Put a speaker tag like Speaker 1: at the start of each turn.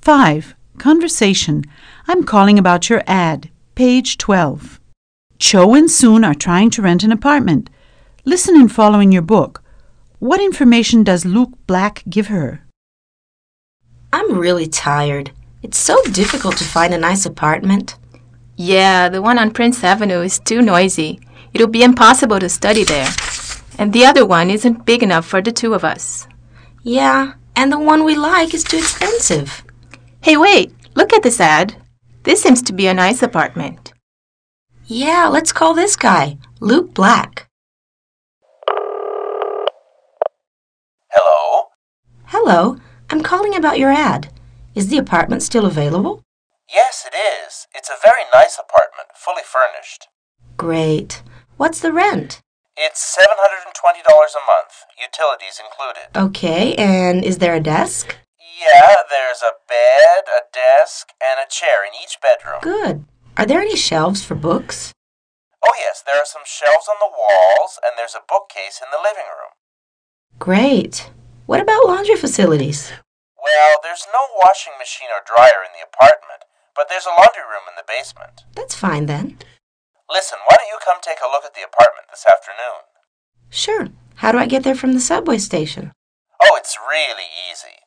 Speaker 1: 5. Conversation. I'm calling about your ad. Page 12. Cho and Soon are trying to rent an apartment. Listen and follow in your book. What information does Luke Black give her?
Speaker 2: I'm really tired. It's so difficult to find a nice apartment.
Speaker 3: Yeah, the one on Prince Avenue is too noisy. It'll be impossible to study there. And the other one isn't big enough for the two of us.
Speaker 2: Yeah, and the one we like is too expensive.
Speaker 3: Hey, wait, look at this ad. This seems to be a nice apartment.
Speaker 2: Yeah, let's call this guy, Luke Black.
Speaker 4: Hello?
Speaker 2: Hello, I'm calling about your ad. Is the apartment still available?
Speaker 4: Yes, it is. It's a very nice apartment, fully furnished.
Speaker 2: Great. What's the rent?
Speaker 4: It's $720 a month, utilities included.
Speaker 2: Okay, and is there a desk?
Speaker 4: Yeah, there's a bed, a desk, and a chair in each bedroom.
Speaker 2: Good. Are there any shelves for books?
Speaker 4: Oh, yes, there are some shelves on the walls, and there's a bookcase in the living room.
Speaker 2: Great. What about laundry facilities?
Speaker 4: Well, there's no washing machine or dryer in the apartment, but there's a laundry room in the basement.
Speaker 2: That's fine then.
Speaker 4: Listen, why don't you come take a look at the apartment this afternoon?
Speaker 2: Sure. How do I get there from the subway station?
Speaker 4: Oh, it's really easy.